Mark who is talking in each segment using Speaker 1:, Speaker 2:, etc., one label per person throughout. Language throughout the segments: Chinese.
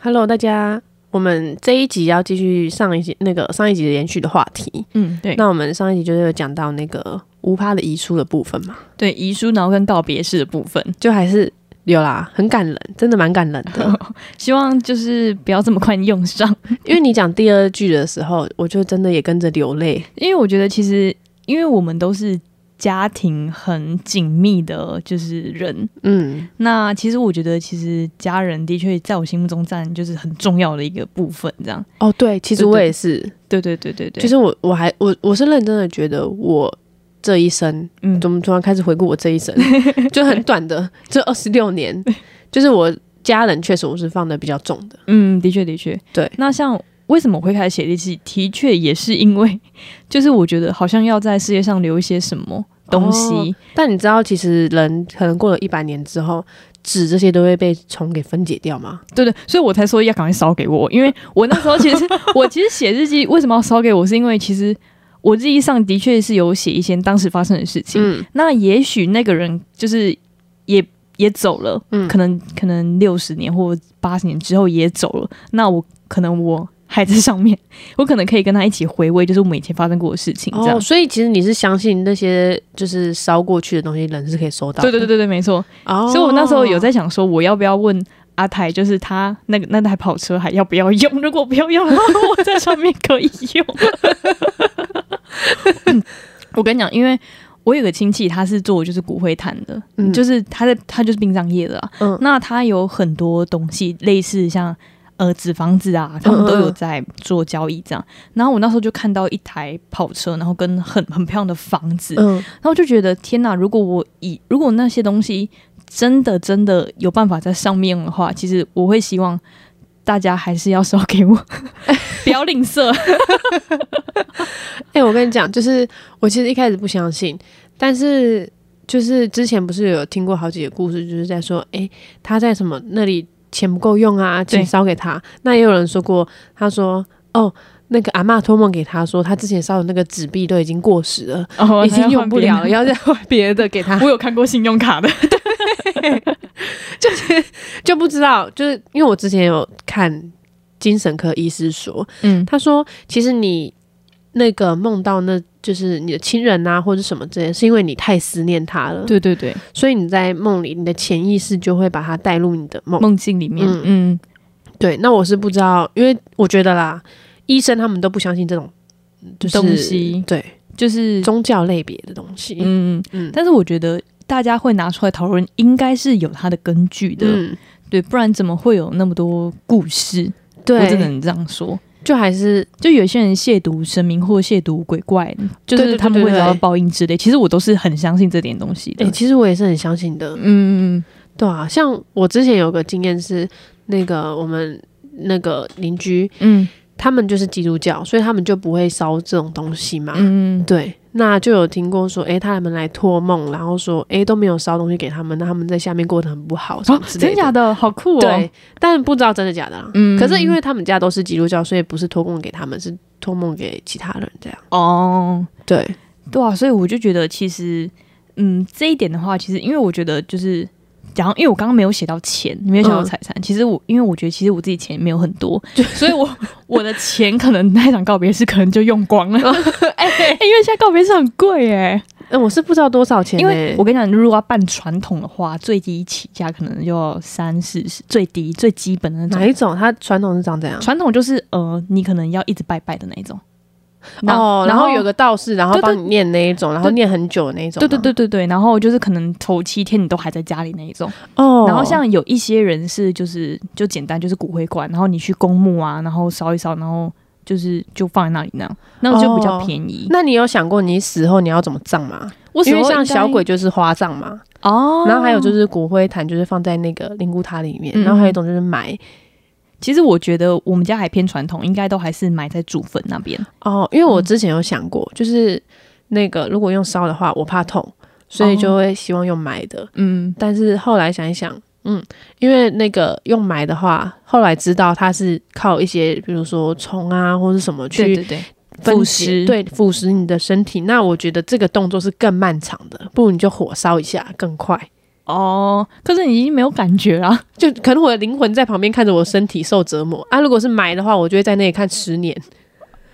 Speaker 1: Hello，大家，我们这一集要继续上一集那个上一集的延续的话题。
Speaker 2: 嗯，对
Speaker 1: 那我们上一集就是有讲到那个无趴的遗书的部分嘛，
Speaker 2: 对，遗书然后跟告别式的部分，
Speaker 1: 就还是有啦，很感人，真的蛮感人的。
Speaker 2: 希望就是不要这么快用上，
Speaker 1: 因为你讲第二句的时候，我就真的也跟着流泪。
Speaker 2: 因为我觉得其实因为我们都是家庭很紧密的，就是人，
Speaker 1: 嗯，
Speaker 2: 那其实我觉得其实家人的确在我心目中占就是很重要的一个部分，这样，
Speaker 1: 哦，对，其实
Speaker 2: 对对
Speaker 1: 我也是，
Speaker 2: 对对对对对，
Speaker 1: 就是我我还我我是认真的觉得我这一生
Speaker 2: 嗯
Speaker 1: 怎么突然开始回顾我这一 生，就很短的这二十六 年，就是我家人确实我是放的比较重的，
Speaker 2: 嗯，的确的确，
Speaker 1: 对
Speaker 2: 那像为什么我会开始写日记，的确也是因为就是我觉得好像要在世界上留一些什么东西，
Speaker 1: 哦但你知道，其实人可能过了一百年之后，纸这些都会被虫给分解掉吗？
Speaker 2: 对对，所以我才说要赶快烧给我，因为我那时候其实我其实写日记为什么要烧给我，是因为其实我日记上的确是有写一些当时发生的事情，
Speaker 1: 嗯
Speaker 2: 那也许那个人就是也也走了，
Speaker 1: 嗯
Speaker 2: 可能可能六十年或八十年之后也走了，那我可能我还在上面， 我可能可以跟他一起回味，就是我们以前发生过的事情，这样。
Speaker 1: 哦，所以其实你是相信那些就是烧过去的东西，人是可以收到
Speaker 2: 对
Speaker 1: 的。
Speaker 2: 对对对对，没错。
Speaker 1: 哦，
Speaker 2: 所以我那时候有在想说，我要不要问阿台，就是他那个那台跑车还要不要用？如果不要用的话，我在上面可以 用。嗯我跟你讲，因为我有个亲戚，他是做就是骨灰坛的，
Speaker 1: 嗯
Speaker 2: 就是他在他就是殡葬业的啦。啊
Speaker 1: 嗯
Speaker 2: 那他有很多东西，类似像呃纸房子
Speaker 1: 嗯
Speaker 2: 啊，他们都有在做交易这样。然后我那时候就看到一台跑车，然后跟很很漂亮的房子，
Speaker 1: 嗯
Speaker 2: 然后我就觉得天哪！如果我以如果那些东西真的真的有办法在上面的话，其实我会希望大家还是要烧给我， 不要 吝啬。
Speaker 1: 哎、我跟你讲，就是我其实一开始不相信，但是就是之前不是有听过好几个故事，就是在说，哎、他在什么那里钱不够用啊，
Speaker 2: 对
Speaker 1: 请烧给他。那也有人说过，他说，哦，那个阿嬷托梦给他说，他之前烧的那个纸币都已经过时了，
Speaker 2: 哦
Speaker 1: 已经用不了了，
Speaker 2: 要
Speaker 1: 要再换 别的给他。
Speaker 2: 我有看过信用卡的，
Speaker 1: 就不知道，就是因为我之前有看精神科医师说，
Speaker 2: 嗯，
Speaker 1: 他说其实你那个梦到那就是你的亲人啊或者什么之类的，是因为你太思念他了，
Speaker 2: 对对对，
Speaker 1: 所以你在梦里，你的潜意识就会把它带入你的梦。
Speaker 2: 梦境里面，
Speaker 1: 嗯
Speaker 2: 嗯，
Speaker 1: 对，那我是不知道，因为我觉得啦，医生他们都不相信这种。就是
Speaker 2: 东西
Speaker 1: 对
Speaker 2: 就是
Speaker 1: 宗教类别的东西，嗯
Speaker 2: 嗯，
Speaker 1: 嗯
Speaker 2: 但是我觉得大家会拿出来讨论，应该是有它的根据的，
Speaker 1: 嗯，
Speaker 2: 对，不然怎么会有那么多故事？我
Speaker 1: 对，
Speaker 2: 只能这样说。
Speaker 1: 就还是
Speaker 2: 就有些人亵渎神明或亵渎鬼怪，就
Speaker 1: 对对
Speaker 2: 是他们
Speaker 1: 对
Speaker 2: 会
Speaker 1: 对
Speaker 2: 得到
Speaker 1: 对
Speaker 2: 报应之类。其实我都是很相信这点东西
Speaker 1: 哎、
Speaker 2: 的。
Speaker 1: 其实我也是很相信的，
Speaker 2: 嗯嗯
Speaker 1: 对啊，像我之前有个经验是，那个我们那个邻居，
Speaker 2: 嗯
Speaker 1: 他们就是基督教，所以他们就不会烧这种东西嘛。
Speaker 2: 嗯嗯，
Speaker 1: 对，那就有听过说，诶，他们来托梦，然后说，诶，都没有烧东西给他们，那他们在下面过得很不好，什
Speaker 2: 哦
Speaker 1: 么，之类
Speaker 2: 真假的，好酷哦。
Speaker 1: 对，但不知道真的假的啦。
Speaker 2: 嗯
Speaker 1: 可是因为他们家都是基督教，所以不是托梦给他们，是托梦给其他人这样。
Speaker 2: 哦，
Speaker 1: 对，
Speaker 2: 对啊，所以我就觉得其实，嗯，这一点的话，其实因为我觉得就是。然后，因为我刚刚没有写到钱，没有写到
Speaker 1: 嗯
Speaker 2: 财产。其实我，因为我觉得其实我自己钱没有很 多，所以我我的钱可能那一场告别式可能就用 光了。哎、因为现在告别式很贵哎、
Speaker 1: 嗯，我是不知道多少钱、欸，
Speaker 2: 因为我跟你讲，如果要办传统的话，最低起价可能就要三四十，最低最基本的那
Speaker 1: 哪
Speaker 2: 种。
Speaker 1: 一种，它传统是长怎样？
Speaker 2: 传统就是呃，你可能要一直拜拜的那一种。那
Speaker 1: 哦，然后有个道士，然后
Speaker 2: 对对
Speaker 1: 帮你念那一种，然后念很久的那一种。
Speaker 2: 对对，对对对，然后就是可能头七天你都还在家里那一种。
Speaker 1: 哦，
Speaker 2: 然后像有一些人是就是就简单就是骨灰罐，然后你去公墓啊，然后烧一烧，然后就是就放在那里那样，那个就比较
Speaker 1: 哦
Speaker 2: 便宜。
Speaker 1: 那你有想过你死后你要怎么葬吗？
Speaker 2: 我
Speaker 1: 因
Speaker 2: 死
Speaker 1: 为
Speaker 2: 后
Speaker 1: 像
Speaker 2: 应该
Speaker 1: 小鬼就是花葬嘛，
Speaker 2: 哦，
Speaker 1: 然后还有就是骨灰坛就是放在那个灵骨塔里面，
Speaker 2: 嗯
Speaker 1: 然后还有一种就是埋
Speaker 2: 其实我觉得我们家还偏传统，应该都还是埋在祖坟那边。
Speaker 1: 哦，因为我之前有想过，
Speaker 2: 嗯
Speaker 1: 就是那个如果用烧的话，我怕痛，所以就会希望用埋的。
Speaker 2: 嗯，
Speaker 1: 但是后来想一想，嗯，因为那个用埋的话，后来知道它是靠一些比如说虫啊或是什么去
Speaker 2: 对对对。
Speaker 1: 分
Speaker 2: 腐
Speaker 1: 解
Speaker 2: 蚀
Speaker 1: 对腐蚀你的身体。那我觉得这个动作是更漫长的，不如你就火烧一下更快。
Speaker 2: 哦，可是你已经没有感觉啦。
Speaker 1: 就可能我的灵魂在旁边看着我身体受折磨啊。如果是埋的话，我就会在那里看十年；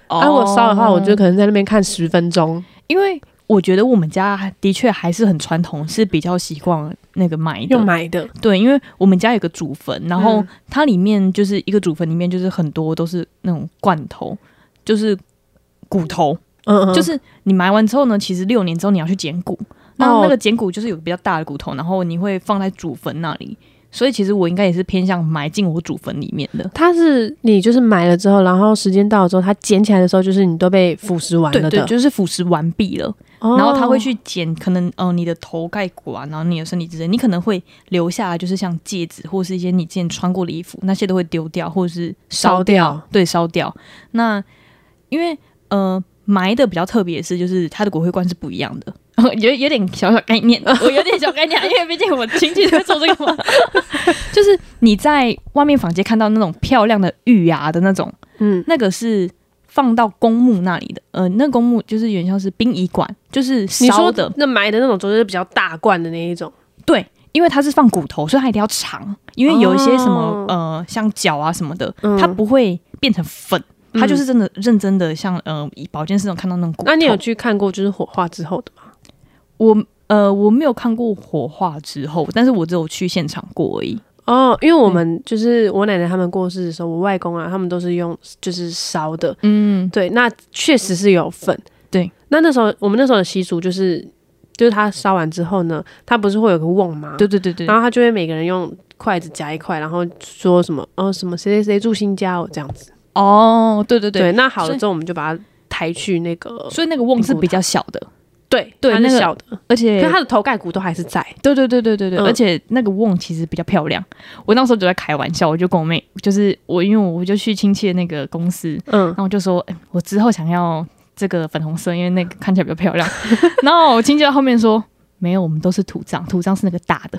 Speaker 2: 哦
Speaker 1: 啊，如果烧的话，我就可能在那边看十分钟。
Speaker 2: 因为我觉得我们家的确还是很传统，是比较习惯那个买的
Speaker 1: 用。埋的，
Speaker 2: 对，因为我们家有个祖坟，然后
Speaker 1: 嗯
Speaker 2: 它里面就是一个祖坟，里面就是很多都是那种罐头，就是骨头，
Speaker 1: 嗯嗯，
Speaker 2: 就是你埋完之后呢，其实六年之后你要去捡骨，那
Speaker 1: 哦
Speaker 2: 那个捡骨就是有比较大的骨头，然后你会放在祖坟那里，所以其实我应该也是偏向埋进我祖坟里面的。
Speaker 1: 它是你就是买了之后，然后时间到了之后，它捡起来的时候，就是你都被腐蚀完
Speaker 2: 对
Speaker 1: 了的。
Speaker 2: 对，就是腐蚀完毕了，
Speaker 1: 哦
Speaker 2: 然后他会去捡，可能呃你的头盖骨啊，然后你的身体之类，你可能会留下来，就是像戒指或是一些你之前穿过的衣服，那些都会丢掉或者是
Speaker 1: 烧
Speaker 2: 烧
Speaker 1: 掉。
Speaker 2: 对，烧掉。那因为呃埋的比较特别的是，就是它的骨灰罐是不一样的。 有有点小小概念，我有点小概念啊，因为毕竟我亲戚在做这个嘛。 就是你在外面坊间看到那种漂亮的玉牙的那种，
Speaker 1: 嗯，
Speaker 2: 那个是放到公墓那里的。呃，那公墓就是原像是殡仪馆，就是
Speaker 1: 你
Speaker 2: 烧
Speaker 1: 说
Speaker 2: 的。
Speaker 1: 那埋的那种，就是比较大罐的那一种。
Speaker 2: 对，因为它是放骨头，所以它一定要长。因为有一些什
Speaker 1: 哦
Speaker 2: 么、呃，像脚啊什么的，
Speaker 1: 嗯
Speaker 2: 它不会变成粉，它就是
Speaker 1: 嗯
Speaker 2: 真的认真的像呃，以保健室那种看到那种骨头。
Speaker 1: 那你有去看过就是火化之后的吗？
Speaker 2: 我呃我没有看过火化之后，但是我只有去现场过而已。
Speaker 1: 哦，因为
Speaker 2: 嗯
Speaker 1: 我们就是我奶奶他们过世的时候，我外公啊，他们都是用就是烧的，
Speaker 2: 嗯，
Speaker 1: 对，那确实是有份。
Speaker 2: 对，
Speaker 1: 那那时候我们那时候的习俗就是，就是他烧完之后呢，他不是会有个瓮吗？
Speaker 2: 对对对对
Speaker 1: 然，后他就会每个人用筷子夹一块，然后说什么哦什么谁谁谁住新家哦这样子。
Speaker 2: 哦，对对
Speaker 1: 对，
Speaker 2: 对，
Speaker 1: 那好
Speaker 2: 所
Speaker 1: 了
Speaker 2: 以
Speaker 1: 之后我们就把它抬去那个，
Speaker 2: 所以那个瓮是比较小的，
Speaker 1: 对
Speaker 2: 对
Speaker 1: 它是
Speaker 2: 那个
Speaker 1: 小的，
Speaker 2: 而
Speaker 1: 可
Speaker 2: 且
Speaker 1: 是它的头盖骨都还是在。
Speaker 2: 对对对对对对，
Speaker 1: 嗯
Speaker 2: 而且那个瓮其实比较漂亮。我那时候就在开玩笑，我就跟我妹，就是我因为我就去亲戚的那个公司，
Speaker 1: 嗯
Speaker 2: 然，后我就说、哎，我之后想要这个粉红色，因为那个看起来比较漂亮。 然后我亲戚在后面说，没有，我们都是土葬，土葬是那个大的。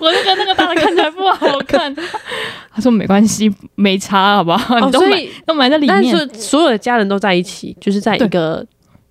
Speaker 2: 我就觉得那个大的看起来不好看。 他说没关系，没差，好不好？
Speaker 1: 哦，
Speaker 2: 你都
Speaker 1: 所
Speaker 2: 埋
Speaker 1: 以
Speaker 2: 都埋在里
Speaker 1: 但
Speaker 2: 面。
Speaker 1: 是所有的家人都在一起，就是在一
Speaker 2: 对
Speaker 1: 个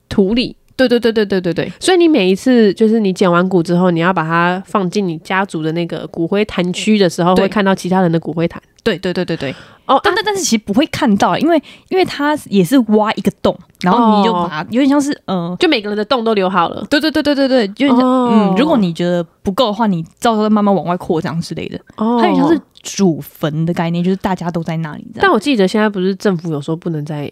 Speaker 1: 土里。
Speaker 2: 对对对对对对对，
Speaker 1: 所以你每一次就是你捡完骨之后，你要把它放进你家族的那个骨灰坛区的时候，
Speaker 2: 对
Speaker 1: 会看到其他人的骨灰坛。
Speaker 2: 对对对对对。
Speaker 1: 哦，
Speaker 2: 但但但是其实不会看到，因为因为它也是挖一个洞，然后你就
Speaker 1: 哦
Speaker 2: 把它有点像是呃。
Speaker 1: 就每个人的洞都留好了。
Speaker 2: 对对对对对对，有点像、
Speaker 1: 哦
Speaker 2: 嗯，如果你觉得不够的话，你到时候再慢慢往外扩张之类的。
Speaker 1: 哦
Speaker 2: 它有点像是祖坟的概念，就是大家都在那里这
Speaker 1: 但
Speaker 2: 样。
Speaker 1: 我记得现在不是政府有说不能再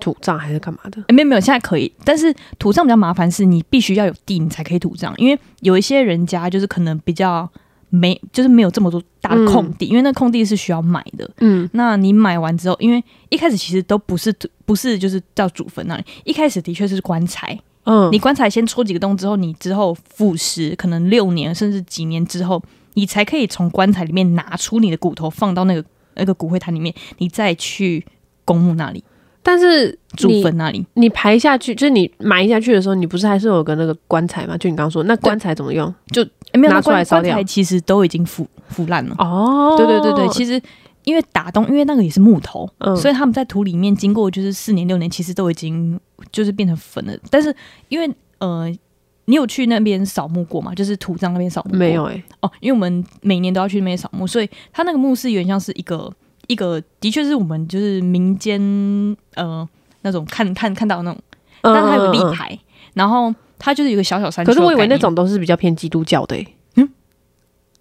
Speaker 1: 土葬还是干嘛的？
Speaker 2: 哎但没有没有，现在可以，但是土葬比较麻烦，是你必须要有地你才可以土葬，因为有一些人家就是可能比较没，就是没有这么多大的空地，因为那空地是需要买的。
Speaker 1: 嗯，
Speaker 2: 那你买完之后，因为一开始其实都不是土不是就是到祖坟那里，一开始的确是棺材，
Speaker 1: 嗯，
Speaker 2: 你棺材先戳几个洞之后，你之后腐蚀，可能六年甚至几年之后，你才可以从棺材里面拿出你的骨头，放到那个那个骨灰坛里面，你再去公墓那里、
Speaker 1: 但是
Speaker 2: 祖
Speaker 1: 你
Speaker 2: 坟那里。
Speaker 1: 你排下去，就是你埋下去的时候，你不是还是有个那个棺材吗？就你刚刚说那棺材怎么用？
Speaker 2: 诶没有，
Speaker 1: 拿
Speaker 2: 那
Speaker 1: 出来
Speaker 2: 棺
Speaker 1: 烧
Speaker 2: 棺
Speaker 1: 掉
Speaker 2: 材其实都已经腐腐烂了。
Speaker 1: 哦
Speaker 2: 对对对对，其实因为打洞，因为那个也是木头，
Speaker 1: 嗯
Speaker 2: 所以他们在土里面经过就是四年六年，其实都已经就是变成粉了。但是因为呃，你有去那边扫墓过吗？就是土葬那边扫墓过
Speaker 1: 没有哎、
Speaker 2: 哦，因为我们每年都要去那边扫墓，所以它那个墓是原像是一个一个，的确是我们就是民间呃那种看看看到那种，
Speaker 1: 嗯
Speaker 2: 但它有
Speaker 1: 嗯
Speaker 2: 立
Speaker 1: 嗯
Speaker 2: 牌，然后它就是有个小小山丘
Speaker 1: 可
Speaker 2: 的概
Speaker 1: 是
Speaker 2: 念。
Speaker 1: 我以为那种都是比较偏基督教的、欸，
Speaker 2: 嗯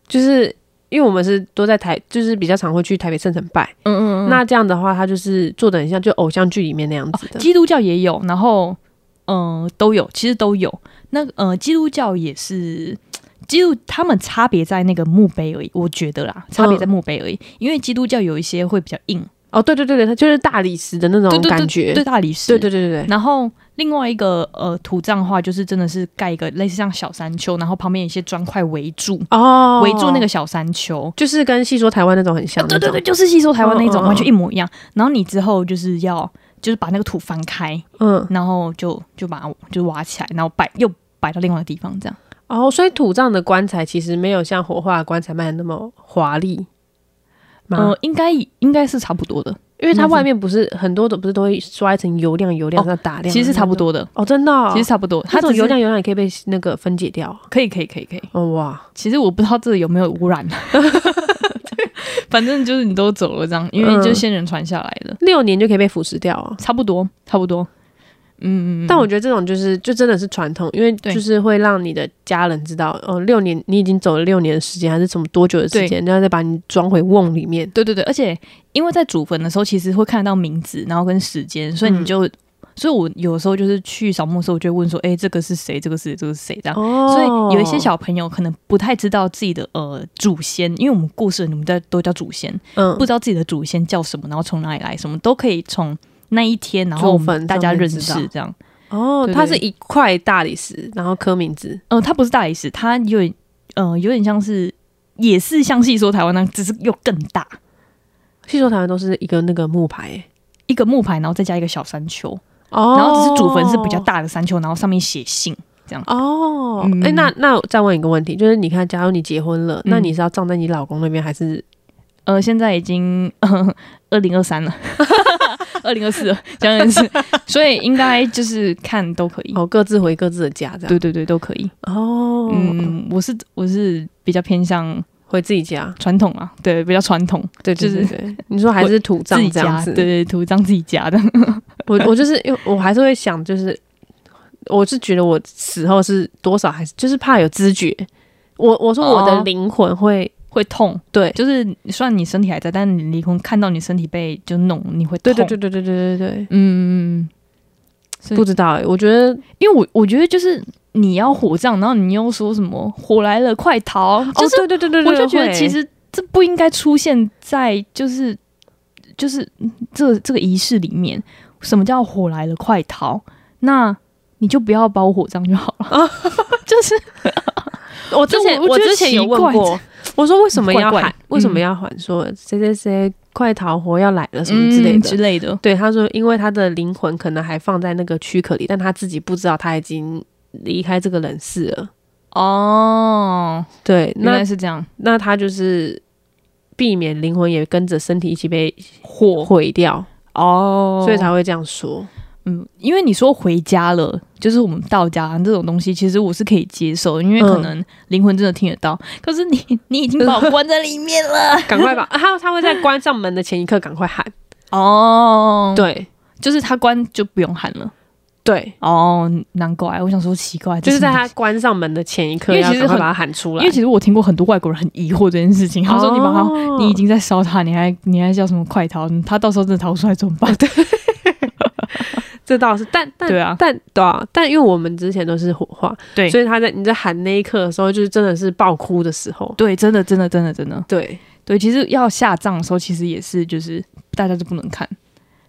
Speaker 1: 就是因为我们是都在台，就是比较常会去台北圣城拜。
Speaker 2: 嗯嗯嗯，
Speaker 1: 那这样的话，他就是做的很像就偶像剧里面那样子的。
Speaker 2: 哦基督教也有，然后嗯、呃都有，其实都有。那呃基督教也是。基督他们差别在那个墓碑而已，我觉得啦，差别在墓碑而已。因为基督教有一些会比较硬，
Speaker 1: 哦，对对对对，他就是大理石的那种
Speaker 2: 对对
Speaker 1: 感觉。
Speaker 2: 对大理石，
Speaker 1: 对对对对对
Speaker 2: 然后另外一个呃土葬的话，就是真的是盖一个类似像小山丘，然后旁边有一些砖块围住，
Speaker 1: 哦，
Speaker 2: 围住那个小山丘。
Speaker 1: 就是跟戏说台湾那种很像那
Speaker 2: 对
Speaker 1: 种。
Speaker 2: 对对，就是吸收台湾那
Speaker 1: 嗯
Speaker 2: 种，
Speaker 1: 嗯嗯
Speaker 2: 完全一模一样。然后你之后就是要就是把那个土翻开，
Speaker 1: 嗯，
Speaker 2: 然后就就把它就挖起来，然后摆又摆到另外一个地方，这样。
Speaker 1: 哦，所以土葬的棺材其实没有像火化的棺材卖的那么华丽吗。
Speaker 2: 呃，应该应该是差不多的。
Speaker 1: 嗯因为它外面不是很多都不是都会刷一层油亮油亮，
Speaker 2: 哦
Speaker 1: 那打亮，
Speaker 2: 其实差不多的，
Speaker 1: 哦，真的哦，
Speaker 2: 其实差不多。
Speaker 1: 它
Speaker 2: 它
Speaker 1: 这
Speaker 2: 只
Speaker 1: 种
Speaker 2: 是
Speaker 1: 油亮油亮也可以被那个分解掉。啊
Speaker 2: 可以可以可以可以。
Speaker 1: 哦哇，
Speaker 2: 其实我不知道这有没有污染， 对反正就是你都走了这样，因为
Speaker 1: 嗯
Speaker 2: 就是仙人传下来的，
Speaker 1: 六年就可以被腐蚀掉啊！
Speaker 2: 差不多差不多。嗯，
Speaker 1: 但我觉得这种就是就真的是传统，因为
Speaker 2: 对
Speaker 1: 就是会让你的家人知道，哦，六年你已经走了六年的时间，还是怎么多久的时间，然后再把你装回瓮里面。
Speaker 2: 对对对，而且因为在祖坟的时候，其实会看得到名字，然后跟时间，所以
Speaker 1: 嗯
Speaker 2: 你就，所以我有时候就是去扫墓的时候，我就会问说，哎、这个是谁？这个是谁这个是谁？这样。
Speaker 1: 哦
Speaker 2: 所以有一些小朋友可能不太知道自己的呃祖先，因为我们故事我们在都叫祖先，
Speaker 1: 嗯
Speaker 2: 不知道自己的祖先叫什么，然后从哪里来，什么都可以从那一天，然后我
Speaker 1: 祖坟
Speaker 2: 们
Speaker 1: 上
Speaker 2: 大家
Speaker 1: 面
Speaker 2: 认
Speaker 1: 知道
Speaker 2: 识这样。
Speaker 1: 哦，
Speaker 2: 对对
Speaker 1: 它是一块大理石，然后刻名字。
Speaker 2: 呃，它不是大理石，它有点呃有点像是也是像细说台湾那样，只是又更大
Speaker 1: 据说台湾都是一个那个木牌、欸
Speaker 2: 一个木牌，然后再加一个小山丘。
Speaker 1: 哦
Speaker 2: 然后只是祖坟是比较大的山丘，然后上面写信。
Speaker 1: 哦，哎、
Speaker 2: 嗯
Speaker 1: 那那我再问一个问题，就是你看，假如你结婚了，
Speaker 2: 嗯
Speaker 1: 那你是要葬在你老公那边，还是
Speaker 2: 呃，现在已经呃二零二三了， 二零二四了，将近是，所以应该就是看都可以。
Speaker 1: 哦各自回各自的家这样？
Speaker 2: 对对对，都可以。
Speaker 1: 哦，
Speaker 2: 嗯，我是我是比较偏向
Speaker 1: 回自己家，
Speaker 2: 传统啊，对，比较传统，
Speaker 1: 对，对
Speaker 2: 就是
Speaker 1: 对对 你说还是土
Speaker 2: 自
Speaker 1: 葬
Speaker 2: 己
Speaker 1: 这样
Speaker 2: 家，
Speaker 1: 子
Speaker 2: 对，对，土葬自己家的。
Speaker 1: 我我就是因为我还是会想，就是我是觉得我死后是多少还是就是怕有知觉，我我说我的
Speaker 2: 哦
Speaker 1: 灵魂会、
Speaker 2: 会痛，
Speaker 1: 对
Speaker 2: 就是虽然你身体还在，但你离婚看到你身体被就弄，你会
Speaker 1: 对
Speaker 2: 痛。
Speaker 1: 对对对对对对对，
Speaker 2: 嗯，嗯，对
Speaker 1: 不知道、欸，我觉得
Speaker 2: 因为我我觉得就是你要火葬，然后你又说什么火来了快逃，就是
Speaker 1: 哦、对对对对
Speaker 2: 我
Speaker 1: 对，
Speaker 2: 就觉得
Speaker 1: 会
Speaker 2: 其实这不应该出现在就是就是嗯这这个仪式里面。什么叫火来了快逃？那你就不要把我火葬就好了。 就是
Speaker 1: 我哦 之前
Speaker 2: 这我
Speaker 1: 我
Speaker 2: 我觉得
Speaker 1: 之前有问
Speaker 2: 奇
Speaker 1: 过
Speaker 2: 怪，
Speaker 1: 我说为什么要
Speaker 2: 怪怪
Speaker 1: 喊
Speaker 2: 嗯
Speaker 1: 为什么要喊说谁谁谁快逃活要来了什
Speaker 2: 什
Speaker 1: 么
Speaker 2: 么
Speaker 1: 之
Speaker 2: 之
Speaker 1: 类
Speaker 2: 类
Speaker 1: 的
Speaker 2: 嗯之。类的，
Speaker 1: 对，他说，因为他的灵魂可能还放在那个躯壳里，但他自己不知道他已经离开这个人世了。
Speaker 2: 哦，
Speaker 1: 对，
Speaker 2: 原
Speaker 1: 那
Speaker 2: 来是这样，
Speaker 1: 那他就是避免灵魂也跟着身体一起被
Speaker 2: 火
Speaker 1: 毁掉，
Speaker 2: 哦
Speaker 1: 所以才会这样说。
Speaker 2: 嗯，因为你说回家了，就是我们到家这种东西，其实我是可以接受，因为
Speaker 1: 嗯
Speaker 2: 可能灵魂真的听得到。可是你你已经把我关在里面了
Speaker 1: 赶快吧，啊他他会在关上门的前一刻赶快喊。
Speaker 2: 哦，
Speaker 1: 对
Speaker 2: 就是他关就不用喊了
Speaker 1: 对，
Speaker 2: 哦，难怪我想说奇怪，
Speaker 1: 就是在
Speaker 2: 这
Speaker 1: 他关上门的前一刻，
Speaker 2: 因为
Speaker 1: 要
Speaker 2: 其实
Speaker 1: 赶快
Speaker 2: 很
Speaker 1: 把他喊出
Speaker 2: 因
Speaker 1: 来。
Speaker 2: 为其实我听过很多外国人很疑惑这件事情，他说你把他、
Speaker 1: 哦
Speaker 2: 你已经在烧他，你还你还叫什么快逃？他到时候真的逃出来怎么办？对
Speaker 1: 这倒是，但但
Speaker 2: 对啊
Speaker 1: 但对啊，但因为我们之前都是火化，
Speaker 2: 对
Speaker 1: 所以他在你在喊那一刻的时候，就是真的是爆哭的时候。
Speaker 2: 对，真的真的真的真的
Speaker 1: 对，
Speaker 2: 对，其实要下葬的时候，其实也是就是大家就不能看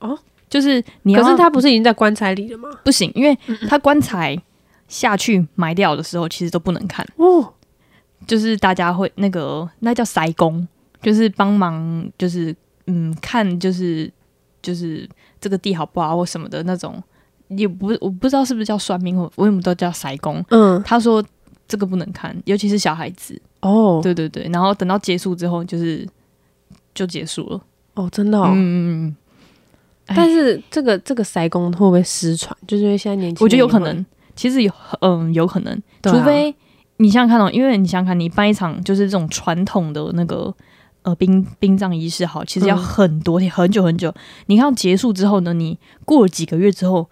Speaker 1: 哦，
Speaker 2: 就是你要嗯
Speaker 1: 可是他不是已经在棺材里了吗？
Speaker 2: 不行，因为他棺材下去埋掉的时候，其实都不能看，
Speaker 1: 哦，
Speaker 2: 就是大家会那个那叫塞工，就是帮忙就是嗯看就是就是这个地好不好或什么的那种，也不我不知道是不是叫算命或我们都叫塞工。
Speaker 1: 嗯，
Speaker 2: 他说这个不能看，尤其是小孩子。
Speaker 1: 哦，
Speaker 2: 对对对，然后等到结束之后就是。就结束了。
Speaker 1: 哦，真的、哦。
Speaker 2: 嗯嗯嗯，哎
Speaker 1: 但是这个这个塞工会不会失传？就是因为现在年轻人也会，
Speaker 2: 我觉得有可能，其实有嗯有可能，
Speaker 1: 对啊，
Speaker 2: 除非你想想看哦，因为你想想看，你办一场就是这种传统的那个呃殡殡葬仪式，好，其实要
Speaker 1: 嗯
Speaker 2: 很多天、很久很久。你看到结束之后呢，你过了几个月之后，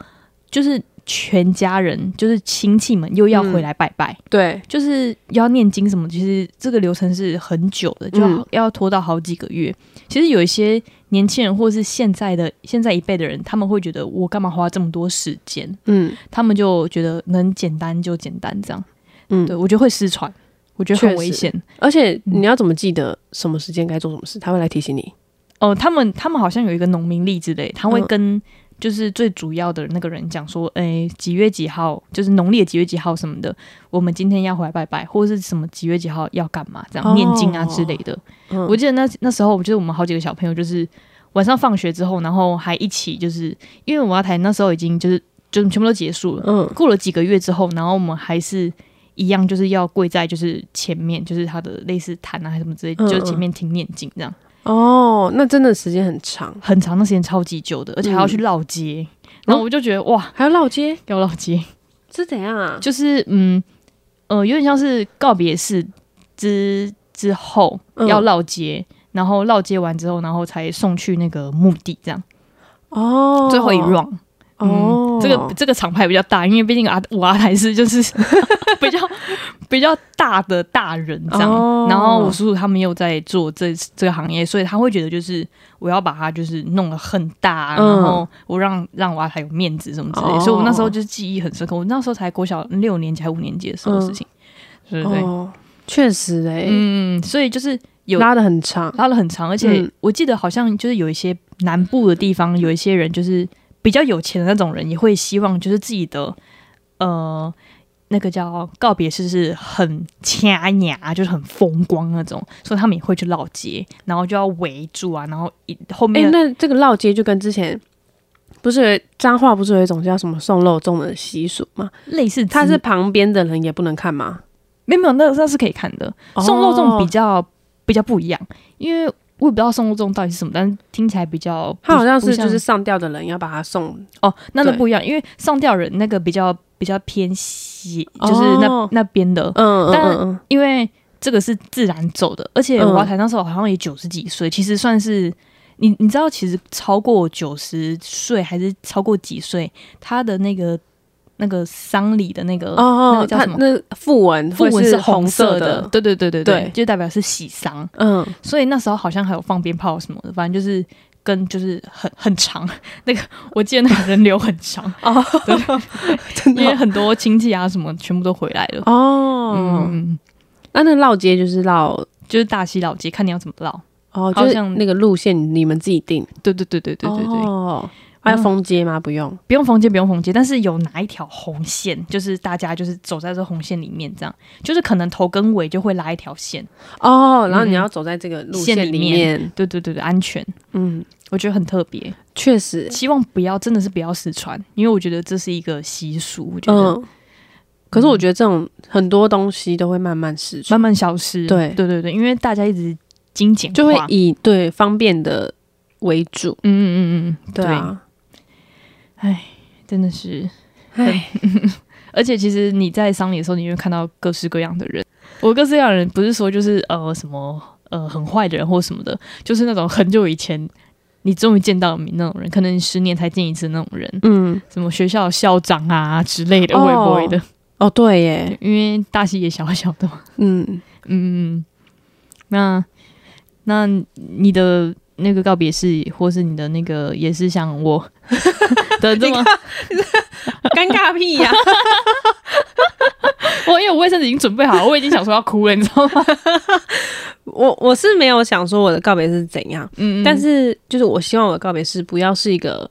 Speaker 2: 就是全家人，就是亲戚们又要
Speaker 1: 嗯
Speaker 2: 回来拜拜，
Speaker 1: 对，
Speaker 2: 就是要念经什么。其实这个流程是很久的，就要,、
Speaker 1: 嗯
Speaker 2: 要拖到好几个月。其实有一些年轻人或是现在的现在一辈的人，他们会觉得我干嘛花这么多时间？
Speaker 1: 嗯
Speaker 2: 他们就觉得能简单就简单这样。
Speaker 1: 嗯，
Speaker 2: 对，我觉得会失传，我觉得
Speaker 1: 确
Speaker 2: 很
Speaker 1: 实
Speaker 2: 危险。
Speaker 1: 而且你要怎么记得什么时间该做什么事？他会来提醒你。
Speaker 2: 哦、他们他们好像有一个农民历之类，他会
Speaker 1: 嗯
Speaker 2: 跟就是最主要的那个人讲说，诶、几月几号，就是农历的几月几号什么的，我们今天要回来拜拜，或者是什么几月几号要干嘛，这样、
Speaker 1: 哦
Speaker 2: 念经啊之类的。
Speaker 1: 嗯
Speaker 2: 我记得那那时候，我觉得我们好几个小朋友就是晚上放学之后，然后还一起就是因为我要台那时候已经就是就是全部都结束了，
Speaker 1: 嗯
Speaker 2: 过了几个月之后，然后我们还是一样，就是要跪在就是前面，就是他的类似坛啊还是什么之类，
Speaker 1: 嗯
Speaker 2: 就是前面听念经这样。
Speaker 1: 哦，那真的时间很长，
Speaker 2: 很长的时间超级久的，而且还要去绕街。
Speaker 1: 嗯
Speaker 2: 然后我就觉得哇，
Speaker 1: 还要绕街，
Speaker 2: 要绕街，
Speaker 1: 是怎样啊？
Speaker 2: 就是嗯呃，有点像是告别式之之后
Speaker 1: 嗯
Speaker 2: 要绕街，然后绕街完之后，然后才送去那个墓地，这样、
Speaker 1: 哦，
Speaker 2: 最后一 round。嗯
Speaker 1: 哦，
Speaker 2: 这个这个厂牌比较大，因为毕竟阿 我阿台是就是 比较比较大的大人这样。
Speaker 1: 哦
Speaker 2: 然后我叔叔他们又在做这这个行业，所以他会觉得就是我要把它就是弄得很大，
Speaker 1: 嗯
Speaker 2: 然后我让让我阿台有面子什么之类的。
Speaker 1: 哦
Speaker 2: 所以我那时候就是记忆很深刻，我那时候才国小六年级还五年级的时候的事情，对对对，
Speaker 1: 哦，确实哎、
Speaker 2: 嗯，所以就是有
Speaker 1: 拉的很长，
Speaker 2: 拉了很长，而且
Speaker 1: 嗯
Speaker 2: 我记得好像就是有一些南部的地方，有一些人就是比较有钱的那种人，也会希望就是自己的呃那个叫告别式是很掐牙，就是很风光那种，所以他们也会去老街，然后就要围住啊，然后一后
Speaker 1: 哎、
Speaker 2: 面的、
Speaker 1: 那这个绕街就跟之前不是有彰化不是有一种叫什么送肉粽的习俗吗？
Speaker 2: 类似
Speaker 1: 它
Speaker 2: 之
Speaker 1: 是旁边的人也不能看吗？
Speaker 2: 没有没有那那是可以看的，嗯送肉粽比
Speaker 1: 哦，
Speaker 2: 较、比较不一样，因为我也不知道送肉粽到底是什么，但是听起来比较不
Speaker 1: 它好像是
Speaker 2: 不
Speaker 1: 就是上吊的人要把它送
Speaker 2: 哦，那那
Speaker 1: 对
Speaker 2: 不一样，因为上吊人那个比较比较偏西，
Speaker 1: 哦
Speaker 2: 就是那、那边的，
Speaker 1: 嗯嗯
Speaker 2: 但
Speaker 1: 嗯嗯，
Speaker 2: 因为这个是自然走的，而且
Speaker 1: 嗯
Speaker 2: 我台那时候好像也九十几岁，其实算是你你知道，其实超过九十岁还是超过几岁，他的那个那个丧礼的那个那
Speaker 1: 哦
Speaker 2: 个
Speaker 1: 哦，
Speaker 2: 叫
Speaker 1: 它
Speaker 2: 什么
Speaker 1: 那讣文
Speaker 2: 讣文
Speaker 1: 会是
Speaker 2: 红
Speaker 1: 色
Speaker 2: 的，，对对对对
Speaker 1: 对
Speaker 2: 就代表是喜丧，
Speaker 1: 嗯，
Speaker 2: 所以那时候好像还有放鞭炮什么的，反正就是。跟就是很很长， 那个我记得那个人流很长，
Speaker 1: 哦， 真
Speaker 2: 因为
Speaker 1: 的
Speaker 2: 很多亲戚啊什么全部都回来了。
Speaker 1: 哦，
Speaker 2: 嗯，
Speaker 1: 那那个绕街就是绕。
Speaker 2: 就是大溪老街，看你要怎么绕。
Speaker 1: 哦，
Speaker 2: 好
Speaker 1: 就是
Speaker 2: 像
Speaker 1: 那个路线你们自己定，
Speaker 2: 对对对对对对嗯对，
Speaker 1: 哦，还要封街吗？不用，
Speaker 2: 不用封街，不用封街，但是有哪一条红线，就是大家就是走在这红线里面，这样就是可能头跟尾就会拉一条线。
Speaker 1: 哦，然后
Speaker 2: 嗯
Speaker 1: 你要走在这个路
Speaker 2: 线
Speaker 1: 线
Speaker 2: 里
Speaker 1: 里
Speaker 2: 面
Speaker 1: 面，
Speaker 2: 对对对对，安全，
Speaker 1: 嗯，
Speaker 2: 我觉得很特别。
Speaker 1: 确实，
Speaker 2: 希望不要真的是不要失传，因为我觉得这是一个习俗，我觉得、
Speaker 1: 嗯，可是我觉得这种很多东西都会慢慢失去，
Speaker 2: 慢慢消失。
Speaker 1: 对
Speaker 2: 对对对，因为大家一直精简化，
Speaker 1: 就会以对方便的为主，
Speaker 2: 嗯嗯嗯嗯，
Speaker 1: 对啊，
Speaker 2: 真的是。
Speaker 1: 唉，
Speaker 2: 而且其实你在丧礼的时候，你会看到各式各样的人。我各式各样的人不是说就是呃什么呃很坏的人或什么的，就是那种很久以前你终于见到你那种人，可能十年才见一次那种人，
Speaker 1: 嗯，
Speaker 2: 什么学校校长啊之类的，
Speaker 1: 哦
Speaker 2: 微微的。嗯
Speaker 1: 哦，对耶，
Speaker 2: 因为大溪也小小的嘛，
Speaker 1: 嗯，
Speaker 2: 嗯，那那你的那个告别式，或是你的那个也是像我的这 么，
Speaker 1: 尴尬屁呀，
Speaker 2: 我因为我卫生纸已经准备好了，我已经想说要哭了，你知道吗？
Speaker 1: 我我是没有想说我的告别是怎样，
Speaker 2: 嗯，嗯
Speaker 1: 但是就是我希望我的告别是不要是一个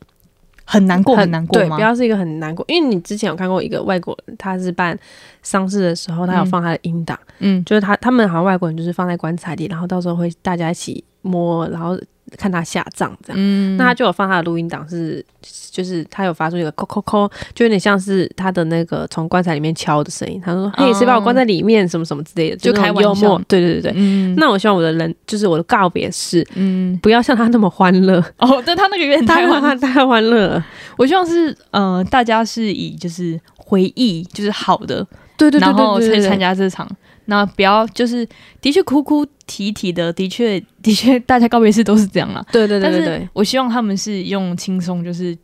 Speaker 2: 很难过，很难过
Speaker 1: 对，
Speaker 2: 吗？
Speaker 1: 不要是一个很难过，因为你之前有看过一个外国人，他是办丧事的时候，他有
Speaker 2: 嗯
Speaker 1: 放他的音档，
Speaker 2: 嗯，
Speaker 1: 就是他他们好像外国人就是放在棺材里，然后到时候会大家一起摸，然后看他下葬这样。
Speaker 2: 嗯，
Speaker 1: 那他就有放他的录音档，是就是他有发出一个“扣扣扣”，就有点像是他的那个从棺材里面敲的声音。他说：“嘿，谁把我关在里面？什么什么之类的。”
Speaker 2: 就
Speaker 1: 那种
Speaker 2: 开玩
Speaker 1: 幽默
Speaker 2: 笑，
Speaker 1: 对对对对。
Speaker 2: 嗯
Speaker 1: 那我希望我的人，就是我的告别式，
Speaker 2: 嗯
Speaker 1: 不要像他那么欢乐，
Speaker 2: 哦，对他那个有点
Speaker 1: 他
Speaker 2: 太晚，
Speaker 1: 他太欢乐了。
Speaker 2: 我希望是呃，大家是以就是回忆就是好的，
Speaker 1: 对对对
Speaker 2: 然后
Speaker 1: 对对
Speaker 2: 去
Speaker 1: 对，
Speaker 2: 参加这场。那不要就是的确哭哭啼啼的，的确 的确，大家告别式都是这样啦。
Speaker 1: 对对对对
Speaker 2: 但
Speaker 1: 对
Speaker 2: 是。我希望他们是用轻松，就是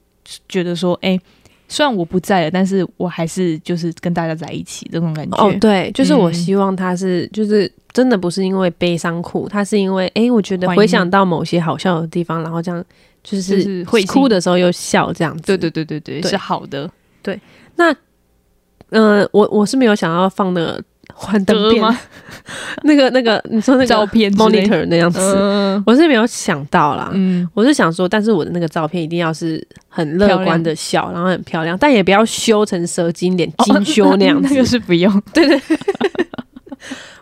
Speaker 2: 觉得说，哎、虽然我不在了，但是我还是就是跟大家在一起这种感觉。
Speaker 1: 哦，对，就是我
Speaker 2: 嗯
Speaker 1: 希望他是，就是真的不是因为悲伤哭，他是因为诶，我觉得
Speaker 2: 怀
Speaker 1: 回
Speaker 2: 念
Speaker 1: 想到某些好笑的地方，然后这样就是
Speaker 2: 就是会
Speaker 1: 哭
Speaker 2: 心
Speaker 1: 的时候又笑这样子。
Speaker 2: 对对对对对，
Speaker 1: 对
Speaker 2: 是好的。
Speaker 1: 嗯，我我是没有想要放那 个幻灯
Speaker 2: 歌
Speaker 1: 片
Speaker 2: 吗？？
Speaker 1: 那个那个，你说那
Speaker 2: 照
Speaker 1: 个
Speaker 2: 片之类的
Speaker 1: monitor 那样子，
Speaker 2: 嗯
Speaker 1: 我是没有想到啦。
Speaker 2: 嗯，
Speaker 1: 我是想说，但是我的那个照片一定要是很
Speaker 2: 漂
Speaker 1: 乐
Speaker 2: 亮
Speaker 1: 观的笑，然后很漂亮，但也不要修成蛇精脸、精修那样子。
Speaker 2: 哦 那个是不用。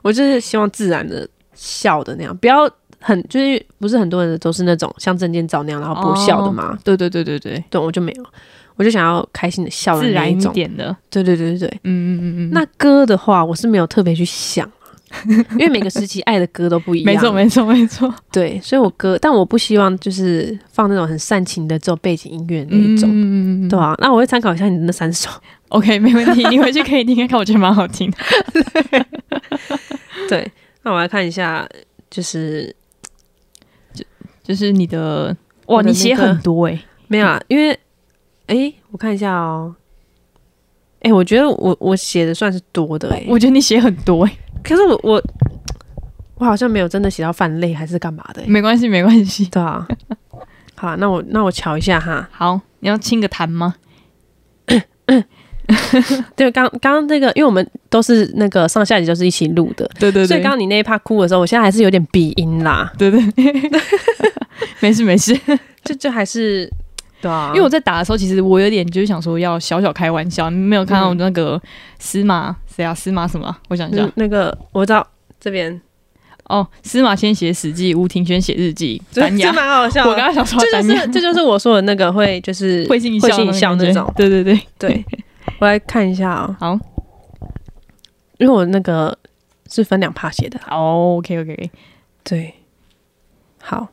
Speaker 1: 我就是希望自然的笑的那样，不要很就是不是很多人都是那种像证件照那样然后不笑的嘛。
Speaker 2: 对对对对对，
Speaker 1: 对，我就没有，我就想要开心的笑的
Speaker 2: 自
Speaker 1: 那
Speaker 2: 然
Speaker 1: 一
Speaker 2: 一
Speaker 1: 种。
Speaker 2: 点的，
Speaker 1: 对对对对对。
Speaker 2: 嗯嗯嗯嗯。
Speaker 1: 那歌的话，我是没有特别去想，啊 因为每个时期爱的歌都不一样。
Speaker 2: 没错，没错，没错，
Speaker 1: 对，所以我歌，但我不希望就是放那种很煽情的这种背景音乐那一种，
Speaker 2: 嗯嗯嗯
Speaker 1: 对啊，那我会参考一下你的那三首。
Speaker 2: ，OK，没 问题，你回去可以听听看，我觉得蛮好听的。
Speaker 1: 对，那我来看一下，就是
Speaker 2: 就是你的哇，
Speaker 1: 我的
Speaker 2: 你写
Speaker 1: 那个
Speaker 2: 很多哎、
Speaker 1: 没有啊，因为哎、我看一下哦、哎、我觉得我我写的算是多的哎、
Speaker 2: 我觉得你写很多哎、
Speaker 1: 可是我我我好像没有真的写到犯累还是干嘛的、欸，
Speaker 2: 没关系，没关系。
Speaker 1: 对啊。好啊，那我那我瞧一下哈。
Speaker 2: 好，你要清个痰吗？
Speaker 1: 对，刚刚刚那个，因为我们都是那个上下集都是一起录的，
Speaker 2: 对对
Speaker 1: 所以刚刚你那一趴哭的时候，我现在还是有点鼻音 啦，
Speaker 2: 对对，没事没事，
Speaker 1: 这这还是对啊
Speaker 2: 因为我在打的时候，其实我有点就是想说要小小开玩笑，你没有看到
Speaker 1: 嗯
Speaker 2: 那个司马谁啊？司马什么啊？我想一下，
Speaker 1: 嗯那个我知道这边，
Speaker 2: 哦，司马迁写《史记》，吴庭轩写日记，
Speaker 1: 这
Speaker 2: 丹
Speaker 1: 这
Speaker 2: 雅。
Speaker 1: 蛮好笑
Speaker 2: 我刚
Speaker 1: 的。
Speaker 2: 刚想说
Speaker 1: 这
Speaker 2: 丹
Speaker 1: 就
Speaker 2: 雅
Speaker 1: 是这就是我说的那个会就是
Speaker 2: 会心一
Speaker 1: 会
Speaker 2: 笑
Speaker 1: 心一笑
Speaker 2: 感觉
Speaker 1: 那种
Speaker 2: 对对对，
Speaker 1: 对，我来看一下啊、
Speaker 2: 好
Speaker 1: 因为我那个是分两趴写的，
Speaker 2: 哦，OK OK，
Speaker 1: 对，好，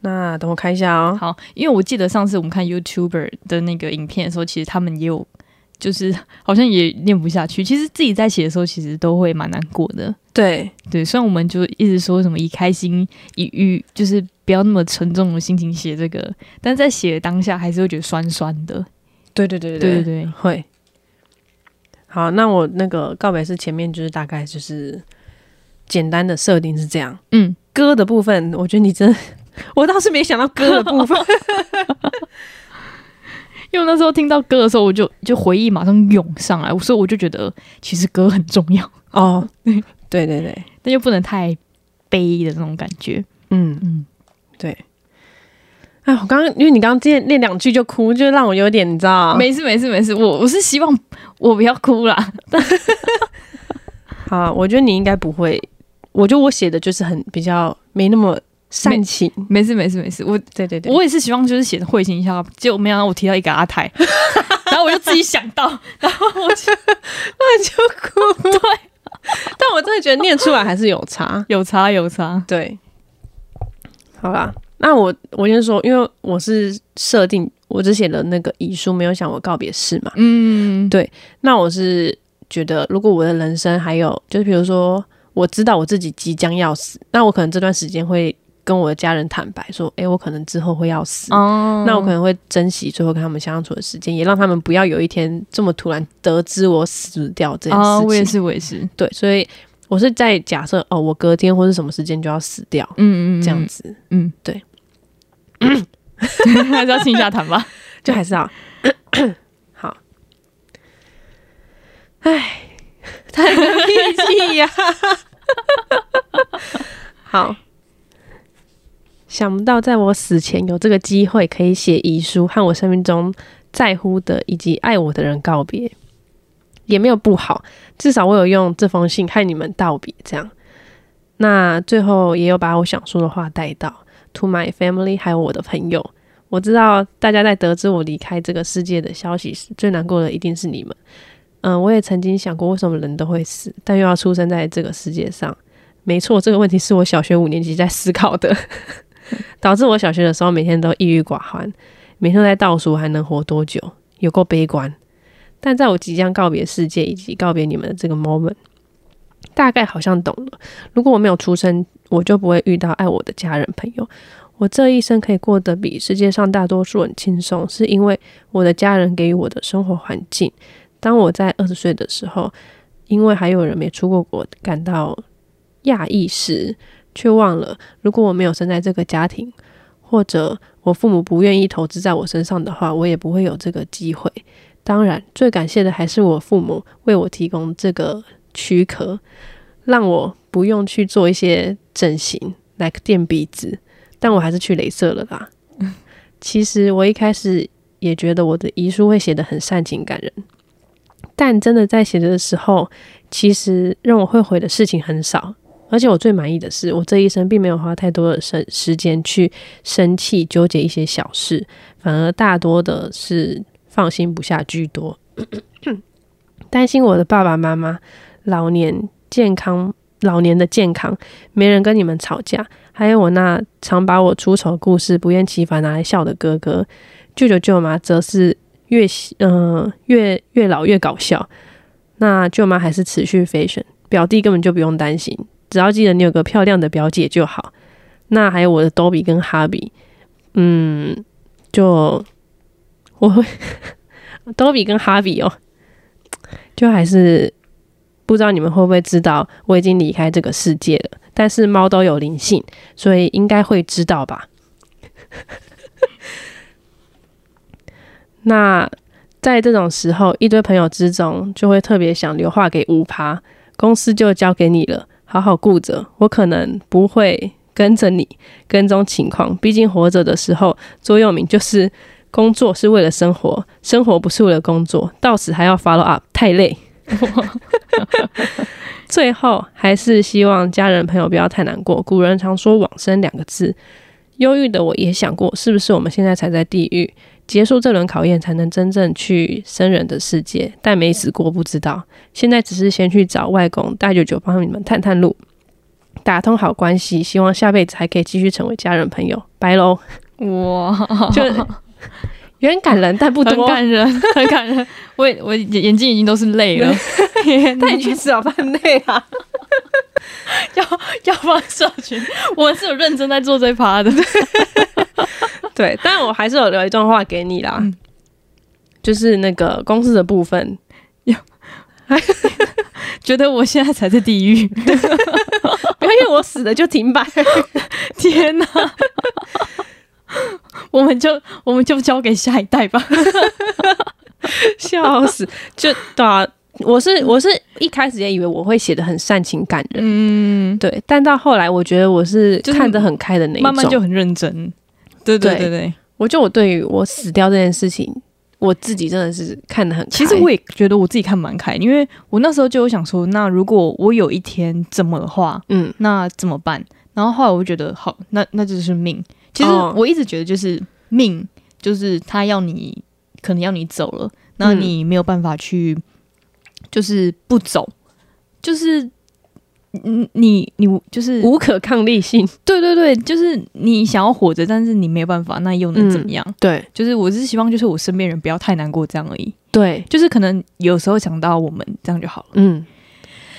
Speaker 1: 那等我看一下哦。
Speaker 2: 好，因为我记得上次我们看 YouTuber 的那个影片的时候，其实他们也有，就是好像也念不下去。其实自己在写的时候，其实都会蛮难过的。
Speaker 1: 对，
Speaker 2: 对，虽然我们就一直说什么以开心、以愉，就是不要那么沉重的心情写这个，但在写的当下还是会觉得酸酸的。
Speaker 1: 对对对
Speaker 2: 对对对，
Speaker 1: 会。好，那我那个告白是前面就是大概就是简单的设定是这样，
Speaker 2: 嗯，
Speaker 1: 歌的部分，我觉得你真的， 我倒是没想到歌的 部分，
Speaker 2: 因为那时候听到歌的时候，我就就回忆马上涌上来，所以我就觉得其实歌很重要，
Speaker 1: 哦，对对对，
Speaker 2: 但又不能太悲的那种感觉。
Speaker 1: 嗯
Speaker 2: 嗯，
Speaker 1: 对。哎，我刚刚因为你刚刚念念两句就哭，就让我有点你知道
Speaker 2: 没事没事没事，我我是希望我不要哭啦。
Speaker 1: 好啊，我觉得你应该不会，我觉得我写的就是很比较没那么煽情，
Speaker 2: 没事没事没事，我
Speaker 1: 对对 对，
Speaker 2: 我也是希望就是写的会心一笑，结果没想到我提到一个 阿泰，然后我就自己想到，
Speaker 1: 就哭，对，但我真的觉得念出来还是 有差，
Speaker 2: 有差有差，
Speaker 1: 对，好啦，那我我先说，因为我是设定我只写了那个遗书，没有想我告别式嘛，
Speaker 2: 嗯，
Speaker 1: 对那我是觉得如果我的人生还有就是比如说我知道我自己即将要死，那我可能这段时间会跟我的家人坦白说，诶，我可能之后会要死，
Speaker 2: 哦
Speaker 1: 那我可能会珍惜最后跟他们相处的时间，也让他们不要有一天这么突然得知我死掉这件
Speaker 2: 啊，
Speaker 1: 事
Speaker 2: 我
Speaker 1: 情。
Speaker 2: 也是我也是，
Speaker 1: 对，所以我是在假设哦，我隔天或是什么时间就要死掉、
Speaker 2: 嗯嗯，嗯
Speaker 1: 这样，子，
Speaker 2: 嗯，
Speaker 1: 对，嗯
Speaker 2: 还是要清一下痰 吧。
Speaker 1: 就还是要好。哎，叹个屁气呀、 好，想不到在我死前有这个机会可以写遗书，和我生命中在乎的以及爱我的人告别，也没有不好，至少我有用这封信和你们道别。这样，那最后也有把我想说的话带到，to my family，还有我的朋友。我知道大家在得知我离开这个世界的消息时，最难过的一定是你们。嗯，我也曾经想过，为什么人都会死，但又要出生在这个世界上？没错，这个问题是我小学五年级在思考的， 导致我小学的时候每天都抑郁寡欢，每天都在倒数还能活多久，有够悲观。但在我即将告别世界以及告别你们的这个 moment，大概好像懂了。如果我没有出生，我就不会遇到爱我的家人朋友。我这一生可以过得比世界上大多数人轻松，是因为我的家人给予我的生活环境。当我在二十岁的时候，因为还有人没出过国，感到讶异时，却忘了如果我没有生在这个家庭，或者我父母不愿意投资在我身上的话，我也不会有这个机会。当然，最感谢的还是我父母为我提供这个躯壳，让我不用去做一些整形，like 垫鼻子，但我还是去镭射了啦。其实我一开始也觉得我的遗书会写得很煽情感人，但真的在写的时候，其实让我会悔的事情很少。而且我最满意的是，我这一生并没有花太多的时时间去生气、纠结一些小事，反而大多的 是放心不下居多，担心我的爸爸妈妈，老年健康、老年的健康，没人跟你们吵架。还有我那常把我出丑的故事不厌其烦拿来笑的哥哥，舅舅舅妈则是越嗯、呃、越越老越搞笑。那舅妈还是持续飞升，表弟根本就不用担心，只要记得你有个漂亮的表姐就好。那还有我的多比跟哈比，嗯，就我会多比跟哈比哦，就还是不知道你们会不会知道我已经离开这个世界了。但是猫都有灵性，所以应该会知道吧。 那在这种时候，一堆朋友之中，就会特别想留话给乌趴，公司就交给你了，好好顾着。我可能不会跟着你跟踪情况，毕竟活着的时候，座右铭就是工作是为了生活，生活不是为了工作，到死还要 follow up，太累。最后还是希望家人朋友不要太难过。古人常说“往生”两个字，忧郁的我也想过，是不是我们现在才在地狱？结束这轮考验，才能真正去生人的世界。但没死过，不知道。现在只是先去找外公大舅舅帮你们探探路，打通好关系，希望下辈子还可以继续成为家人朋友。拜 喽！
Speaker 2: 哇，
Speaker 1: 就有点感人，但不
Speaker 2: 很
Speaker 1: 多。
Speaker 2: 感人，很感人。我也我眼眼睛已经都是泪 了， 天哪
Speaker 1: 但你去吃早饭累啊！
Speaker 2: 要放社群，我是有认真在做这趴的。
Speaker 1: 对，但我还是有留一段话给你啦，
Speaker 2: 嗯
Speaker 1: 就是那个公司的部分，
Speaker 2: 觉得我现在才在地 狱，
Speaker 1: 不要因为我死了就停摆。
Speaker 2: 天哪！我们就我们就交给下一代吧。
Speaker 1: 笑死！就对啊，我是我是一开始也以为我会写的很煽情感人，
Speaker 2: 嗯，
Speaker 1: 对，但到后来我觉得我是
Speaker 2: 就是
Speaker 1: 看得很开的那一种。
Speaker 2: 慢慢就很认真。对对
Speaker 1: 对
Speaker 2: 对对，
Speaker 1: 我觉得我对于我死掉这件事情，我自己真的是看得很开。
Speaker 2: 其实我也觉得我自己看蛮开，因为我那时候就有想说，那如果我有一天怎么的话，
Speaker 1: 嗯，
Speaker 2: 那怎么办？然后后来我就觉得，好，那那就是命。其实
Speaker 1: 哦
Speaker 2: 我一直觉得，就是命，就是他要你，可能要你走了，那你没有办法去，就是不走，就是嗯，你你就是
Speaker 1: 无可抗力性，
Speaker 2: 对对对，就是你想要活着，但是你没有办法，那又能怎么样？
Speaker 1: 对
Speaker 2: 就是我是希望，就是我身边人不要太难过，这样而已。
Speaker 1: 对，
Speaker 2: 就是可能有时候想到我们这样就好了。
Speaker 1: 嗯，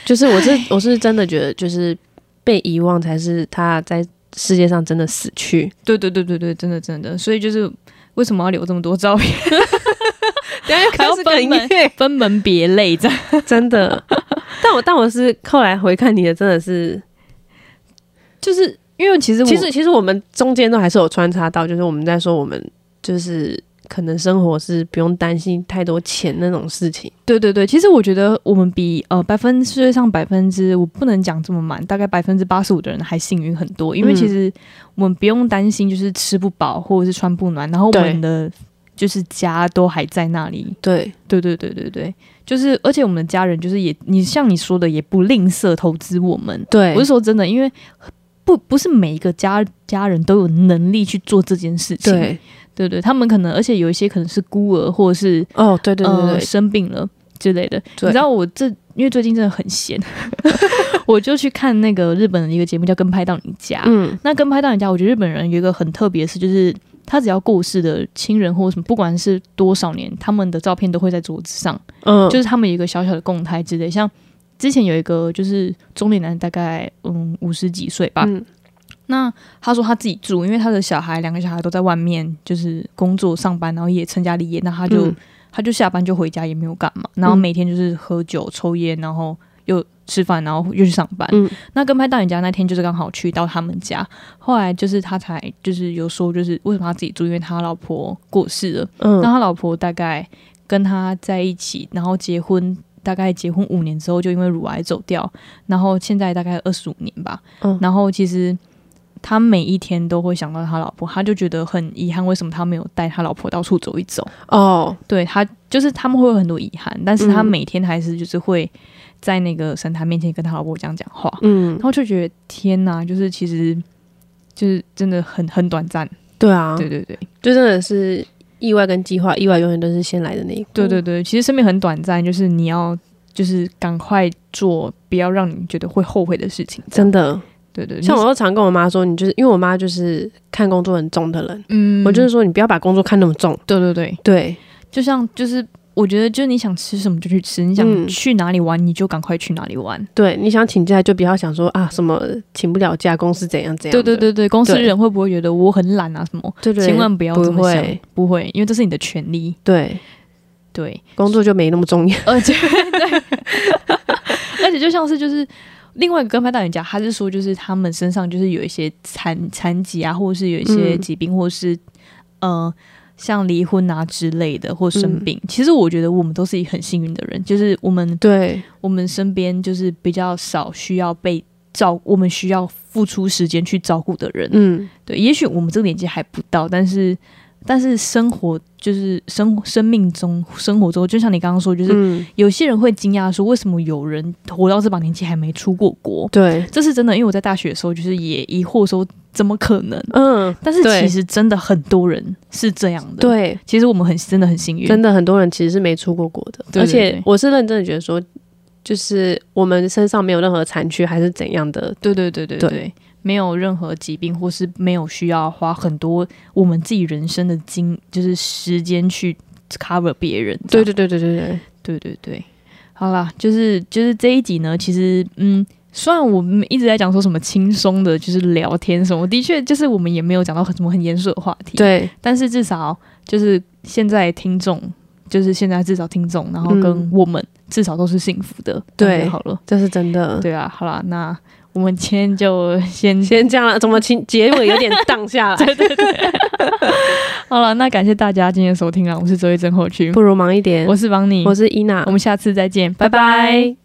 Speaker 1: 就是我是我是真的觉得，就是被遗忘才是他在世界上真的死去。
Speaker 2: 对对对对对，真的真的，所以就是为什么要留这么多照片？
Speaker 1: 等下又
Speaker 2: 开始哽
Speaker 1: 乐，
Speaker 2: 分门别类这样。
Speaker 1: 真的。 但我但我是后来回看你的，真的是
Speaker 2: 就是因为其实我
Speaker 1: 其实其实我们中间都还是有穿插到，就是我们在说我们就是可能生活是不用担心太多钱那种事情。
Speaker 2: 对对对，其实我觉得我们比呃百分世界上百分之我不能讲这么满，大概百分之八十五的人还幸运很多，因为
Speaker 1: 嗯
Speaker 2: 其实我们不用担心就是吃不饱或者是穿不暖，然后我
Speaker 1: 对
Speaker 2: 们的就是家都还在那里。
Speaker 1: 对
Speaker 2: 对对对对对，就是而且我们的家人就是也你像你说的也不吝啬投资我们，
Speaker 1: 对
Speaker 2: 我是说真的，因为不不是每一个家家人都有能力去做这件事情。
Speaker 1: 对
Speaker 2: 对对，他们可能而且有一些可能是孤儿或者是
Speaker 1: 哦，对对对
Speaker 2: 呃
Speaker 1: 对
Speaker 2: 生病了之类的。
Speaker 1: 对
Speaker 2: 你知道我这因为最近真的很闲， 我就去看那个日本的一个节目叫《跟拍到你家》。
Speaker 1: 嗯
Speaker 2: 那《跟拍到你家》，我觉得日本人有一个很特别的事，就是他只要过世的亲人或什么，不管是多少年，他们的照片都会在桌子上，
Speaker 1: 嗯，
Speaker 2: 就是他们有一个小小的供台之类。像之前有一个就是中年男，大概嗯五十几岁吧，
Speaker 1: 嗯
Speaker 2: 那他说他自己住，因为他的小孩两个小孩都在外面，就是工作上班，然后也成家立业，那他就、
Speaker 1: 嗯
Speaker 2: 他就下班就回家，也没有干嘛，然后每天就是喝酒、抽烟，然后又吃饭，然后又去上班。
Speaker 1: 嗯
Speaker 2: 那跟拍到你家那天就是刚好去到他们家，后来就是他才就是有说就是为什么他自己住，因为他老婆过世了，那
Speaker 1: 嗯
Speaker 2: 他老婆大概跟他在一起，然后结婚。大概结婚五年之后，就因为乳癌走掉，然后现在大概二十五年吧。
Speaker 1: 嗯
Speaker 2: 然后其实他每一天都会想到他老婆，他就觉得很遗憾，为什么他没有带他老婆到处走一走？
Speaker 1: 哦
Speaker 2: 对他，就是他们会有很多遗憾，但是他
Speaker 1: 嗯
Speaker 2: 每天还是就是会在那个神坛面前跟他老婆这样讲话，
Speaker 1: 嗯
Speaker 2: 然，后就觉得天哪，就是其实就是真的很很短暂。
Speaker 1: 对啊，
Speaker 2: 对对对
Speaker 1: 就真的是意外跟计划，意外永远都是先来的那一步。
Speaker 2: 对对对，其实生命很短暂，就是你要就是赶快做，不要让你觉得会后悔的事情。
Speaker 1: 真的。
Speaker 2: 对对，
Speaker 1: 像
Speaker 2: 你
Speaker 1: 我都常跟我妈说，你就是因为我妈就是看工作很重的人，
Speaker 2: 嗯，
Speaker 1: 我就是说你不要把工作看那么重。
Speaker 2: 对对对，
Speaker 1: 对，
Speaker 2: 就像就是我觉得就是你想吃什么就去吃，你想
Speaker 1: 嗯
Speaker 2: 去哪里玩你就赶快去哪里玩。
Speaker 1: 对，你想请假就不要想说啊什么请不了假，公司怎样怎样
Speaker 2: 对
Speaker 1: 的。
Speaker 2: 对对对，公司
Speaker 1: 对
Speaker 2: 人会不会觉得我很懒啊什么？
Speaker 1: 对对，
Speaker 2: 千万不要这
Speaker 1: 不
Speaker 2: 么想
Speaker 1: 会，，
Speaker 2: 不会，因为这是你的权利。
Speaker 1: 对，
Speaker 2: 对，
Speaker 1: 工作就没那么重要。
Speaker 2: 而且 对，而且就像是就是另外一个跟拍导演讲，他是说就是他们身上就是有一些残残疾啊，或者是有一些
Speaker 1: 嗯
Speaker 2: 疾病，或是呃像离婚啊之类的，或生病。
Speaker 1: 嗯
Speaker 2: 其实我觉得我们都是很幸运的人，就是我们
Speaker 1: 对，
Speaker 2: 我们身边就是比较少需要被照，我们需要付出时间去照顾的人。
Speaker 1: 嗯，
Speaker 2: 对，也许我们这个年纪还不到，但是但是生活就是生生命中生活中，就像你刚刚说，就是
Speaker 1: 嗯，
Speaker 2: 有些人会惊讶说，为什么有人活到这把年纪还没出过国？
Speaker 1: 对，
Speaker 2: 这是真的，因为我在大学的时候就是也疑惑说，怎么可能？
Speaker 1: 嗯，
Speaker 2: 但是
Speaker 1: 对
Speaker 2: 其实真的很多人是这样的。，
Speaker 1: 对，
Speaker 2: 其实我们很真的很幸运。
Speaker 1: 真的很多人其实是没出过国的，
Speaker 2: 对对
Speaker 1: 而且
Speaker 2: 对
Speaker 1: 我是认真的觉得说，就是我们身上没有任何残缺还是怎样的，
Speaker 2: 对对对对对，
Speaker 1: 对
Speaker 2: 没有任何疾病，或是没有需要花很多我们自己人生的精，就是时间去 cover 别人这样。
Speaker 1: 对对对对对，
Speaker 2: 对对对，好啦，就是就是这一集呢，其实嗯，虽然我们一直在讲说什么轻松的，就是聊天什么，的确就是我们也没有讲到很什么很严肃的话题，，
Speaker 1: 对
Speaker 2: 但是至少就是现在听众，就是现在至少听众，然后跟
Speaker 1: 嗯
Speaker 2: 我们至少都是幸福的，
Speaker 1: 对
Speaker 2: 这样就好了，
Speaker 1: 这是真的。
Speaker 2: 对啊，好啦，那我们今天就先。
Speaker 1: 先这样了，怎么情结尾有点荡下来，
Speaker 2: 对对对， 好了，那感谢大家今啊天的收听啦！我是周一真后区，
Speaker 1: 不如忙一点。
Speaker 2: 我是邦尼，
Speaker 1: 我是伊娜
Speaker 2: 我，们下次再见，拜
Speaker 1: 拜
Speaker 2: 拜
Speaker 1: 拜。